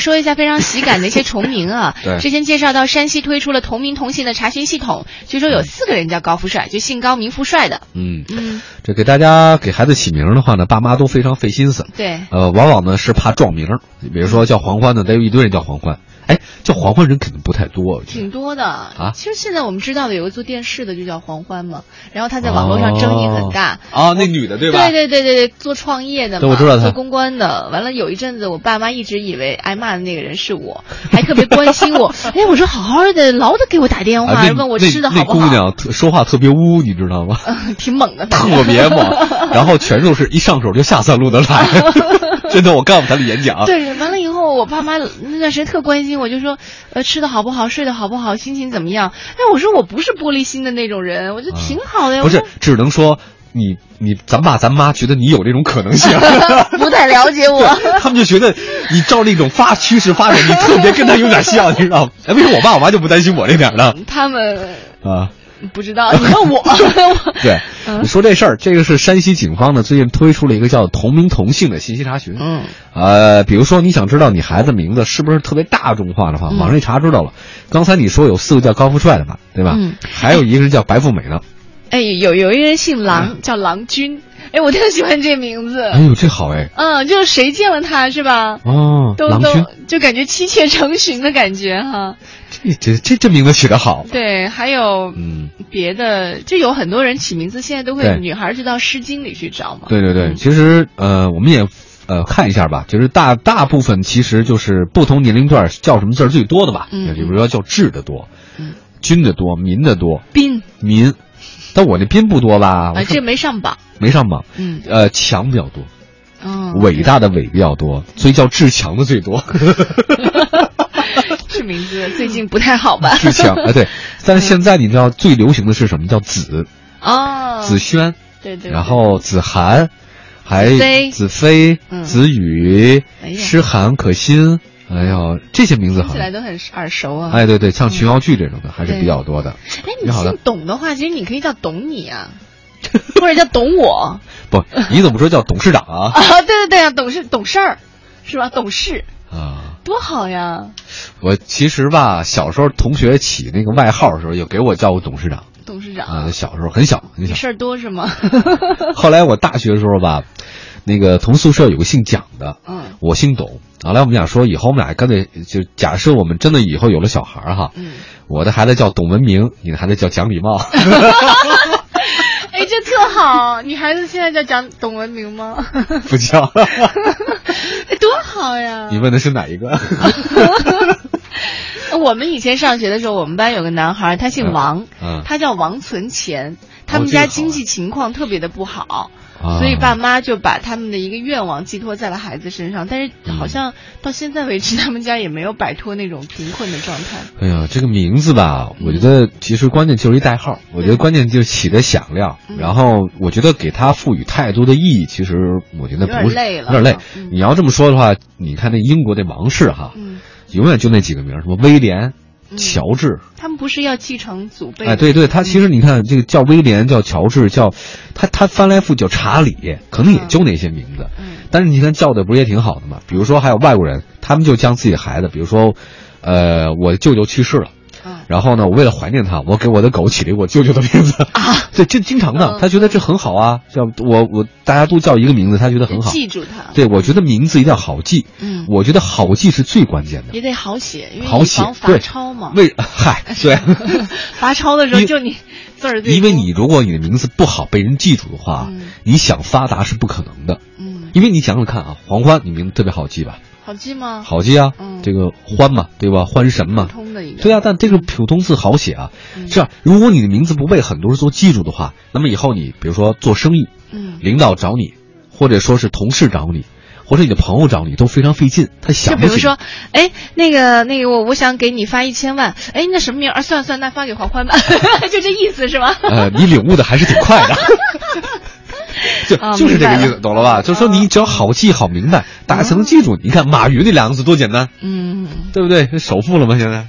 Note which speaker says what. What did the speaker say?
Speaker 1: 说一下非常喜感的一些重名啊。
Speaker 2: 对
Speaker 1: 之前介绍到山西推出了同名同姓的查询系统，据说有四个人叫高富帅，就姓高名富帅的。
Speaker 2: 嗯，
Speaker 1: 嗯，
Speaker 2: 这给大家给孩子起名的话呢，爸妈都非常费心思。
Speaker 1: 对，
Speaker 2: 呃，往往呢是怕撞名儿，比如说叫黄欢的，得有一堆人叫黄欢。哎，叫黄欢人肯定不太多，我觉得
Speaker 1: 挺多的啊其实现在我们知道的有一个做电视的就叫黄欢嘛，然后他在网络上争议很大。
Speaker 2: 哦，那女的对吧？
Speaker 1: 对对对对对，做创业的嘛，
Speaker 2: 对我知道他
Speaker 1: 做公关的。完了有一阵子，我爸妈一直以为挨骂的那个人是我，还特别关心 我。哎，我说好好的，老得给我打电话，
Speaker 2: 啊，那
Speaker 1: 问我吃的好
Speaker 2: 那那
Speaker 1: 不
Speaker 2: 姑
Speaker 1: 好，
Speaker 2: 娘特说话特别污，你知道吗？
Speaker 1: 挺猛的。反正
Speaker 2: 特别猛，然后全都是一上手就下三路的来， 真的，我看过他的演讲。
Speaker 1: 对，完了以后，我爸妈那段时间特关心我，就说，呃，吃的好不好，睡得好不好，心情怎么样？哎，我说我不是玻璃心的那种人，我觉得
Speaker 2: 啊
Speaker 1: 挺好的呀。
Speaker 2: 不是
Speaker 1: 我说，
Speaker 2: 只能说你你咱爸咱妈觉得你有这种可能 性，
Speaker 1: 不太了解我。
Speaker 2: 他们就觉得你照那种发趋势发展，你特别跟他有点像，你知 道吗？哎，为什么我爸我妈就不担心我这点儿呢？
Speaker 1: 他们
Speaker 2: 啊，
Speaker 1: 不知道，你问 我，我
Speaker 2: 对，
Speaker 1: 嗯
Speaker 2: 你说这事儿，这个是山西警方呢最近推出了一个叫同名同姓的信息查询。
Speaker 1: 嗯，
Speaker 2: 呃，比如说你想知道你孩子名字是不是特别大众化的话，
Speaker 1: 嗯
Speaker 2: 网上一查知道了。刚才你说有四个叫高富帅的吧，对吧？
Speaker 1: 嗯
Speaker 2: 还有一个人叫白富美呢。
Speaker 1: 哎，有有一人姓郎，叫郎君，哎，我特喜欢这名字
Speaker 2: 哎。呦，这好哎，
Speaker 1: 嗯，就是谁见了他是吧？
Speaker 2: 哦，
Speaker 1: 都
Speaker 2: 郎
Speaker 1: 都
Speaker 2: 君，
Speaker 1: 就感觉妻妾成群的感觉哈。
Speaker 2: 这这这这名字起得好。
Speaker 1: 对，还有
Speaker 2: 嗯，
Speaker 1: 别的，就有很多人起名字，现在都会
Speaker 2: 对
Speaker 1: 女孩儿就到《诗经》里去找嘛。
Speaker 2: 对对对，其实呃，我们也。呃，看一下吧，就是大大部分其实就是不同年龄段叫什么字儿最多的吧，
Speaker 1: 嗯
Speaker 2: 比如说叫智的多，
Speaker 1: 嗯
Speaker 2: 君的多，民的多，
Speaker 1: 斌
Speaker 2: 民，但我这斌不多吧，我
Speaker 1: 啊，这
Speaker 2: 看
Speaker 1: 没上榜。
Speaker 2: 没上榜。
Speaker 1: 嗯
Speaker 2: 呃，强比较多，
Speaker 1: 嗯，
Speaker 2: 伟 大的伟比较多，所以叫志强的最多。
Speaker 1: 这名字最近不太好吧？
Speaker 2: 志强，哎，对。
Speaker 1: 嗯
Speaker 2: 但是现在你知道最流行的是什么？叫子，
Speaker 1: 哦，
Speaker 2: 子轩，
Speaker 1: 对对，对
Speaker 2: 然后子涵，还
Speaker 1: 子飞
Speaker 2: 子飞、
Speaker 1: 嗯
Speaker 2: 子宇
Speaker 1: 哎、呀
Speaker 2: 诗涵、可心，哎呦，这些名字
Speaker 1: 听
Speaker 2: 好
Speaker 1: 起来嗯
Speaker 2: 像。
Speaker 1: 都很耳熟啊。
Speaker 2: 哎，对对，像群瑶剧这种的还是
Speaker 1: 对
Speaker 2: 比较多的。
Speaker 1: 哎，你
Speaker 2: 你好了
Speaker 1: 姓董的话，其实你可以叫董你啊，或者叫董我
Speaker 2: 不，你怎么说叫董事长 啊？
Speaker 1: 啊，对对对啊，董事董事儿是吧？董事
Speaker 2: 啊。
Speaker 1: 多好呀，
Speaker 2: 我其实吧，小时候同学起那个外号的时候，有给我叫过董事长
Speaker 1: 董事
Speaker 2: 啊、
Speaker 1: 长，
Speaker 2: 小时候很小很
Speaker 1: 你
Speaker 2: 小。
Speaker 1: 事儿多是 吗？
Speaker 2: 后来我大学的时候吧，那个同宿舍有个姓蒋的，
Speaker 1: 嗯
Speaker 2: 我姓董。啊后来我们俩说，以后我们俩干脆就假设我们真的以后有了小孩儿哈，
Speaker 1: 嗯，
Speaker 2: 我的孩子叫董文明，你的孩子叫蒋礼貌。
Speaker 1: 哎，这特好，女孩子现在叫讲董文明吗？
Speaker 2: 不叫，
Speaker 1: 哎多好呀！
Speaker 2: 你问的是哪一个？
Speaker 1: 我们以前上学的时候，我们班有个男孩，他姓王，
Speaker 2: 嗯嗯
Speaker 1: 他叫王存钱。他
Speaker 2: 哦
Speaker 1: 们
Speaker 2: 这个
Speaker 1: 家
Speaker 2: 好
Speaker 1: 经济情况特别的不好，
Speaker 2: 啊
Speaker 1: 所以爸妈就把他们的一个愿望寄托在了孩子身上。但是
Speaker 2: 嗯
Speaker 1: 好像到现在为止，他们家也没有摆脱那种贫困的状态。
Speaker 2: 哎呀，这个名字吧，
Speaker 1: 嗯
Speaker 2: 我觉得其实关键就是一代号，我觉得关键就是起的响亮，
Speaker 1: 嗯
Speaker 2: 然后我觉得给它赋予太多的意义，其实我觉得不是
Speaker 1: 有点累了
Speaker 2: 有点累
Speaker 1: 嗯。
Speaker 2: 你要这么说的话，你看那英国那王室哈，
Speaker 1: 嗯，
Speaker 2: 永远就那几个名儿，什么威廉、
Speaker 1: 嗯
Speaker 2: 乔治，
Speaker 1: 他们不是要继承祖辈？
Speaker 2: 哎，对对，他其实你看这个叫威廉、叫乔治、叫他他翻来覆去叫查理，可能也就那些名字。
Speaker 1: 嗯，
Speaker 2: 但是你看叫的不是也挺好的嘛？比如说还有外国人，他们就将自己的孩子，比如说，呃，我舅舅去世了。
Speaker 1: 嗯
Speaker 2: 然后呢，我为了怀念他，我给我的狗起了一个我舅舅的名字啊，对， 这经常的
Speaker 1: 嗯，
Speaker 2: 他觉得这很好啊，叫我我大家都叫一个名字，他觉得很
Speaker 1: 就
Speaker 2: 好。
Speaker 1: 记住他。
Speaker 2: 对，我觉得名字一定要好记，
Speaker 1: 嗯
Speaker 2: 我觉得好记是最关键的，
Speaker 1: 也得好写，因为
Speaker 2: 好
Speaker 1: 以
Speaker 2: 写
Speaker 1: 防罚
Speaker 2: 对
Speaker 1: 抄嘛。
Speaker 2: 为 嗨对，
Speaker 1: 罚抄的时候
Speaker 2: 因
Speaker 1: 就你字儿最多。
Speaker 2: 因为你如果你的名字不好被人记住的话
Speaker 1: 嗯，
Speaker 2: 你想发达是不可能的，
Speaker 1: 嗯，
Speaker 2: 因为你想想看啊，黄欢你名字特别好记吧？
Speaker 1: 好记吗？
Speaker 2: 好记啊
Speaker 1: 嗯，
Speaker 2: 这个欢嘛，对吧？欢神嘛
Speaker 1: 普，通的一个。
Speaker 2: 对啊，但这个普通字好写啊
Speaker 1: 嗯。
Speaker 2: 这样，如果你的名字不被很多人都记住的话，那么以后你比如说做生意，
Speaker 1: 嗯，
Speaker 2: 领导找你，或者说是同事找你，或者你的朋友找你，都非常费劲，他
Speaker 1: 就
Speaker 2: 想
Speaker 1: 比
Speaker 2: 不
Speaker 1: 如
Speaker 2: 起。
Speaker 1: 说，哎，那个那个，我我想给你发一千万，哎，那什么名儿？啊，算了算了，那发给黄欢吧， 就这意思是吧？
Speaker 2: 呃，你领悟的还是挺快 的。就
Speaker 1: 啊
Speaker 2: 就是这个
Speaker 1: 明白
Speaker 2: 意
Speaker 1: 了嗯
Speaker 2: 思，懂了吧？就说你只要好记好明白，大家才能记住你。你看马云这两个字多简单，
Speaker 1: 嗯。
Speaker 2: 对不对？首富了吗？现在。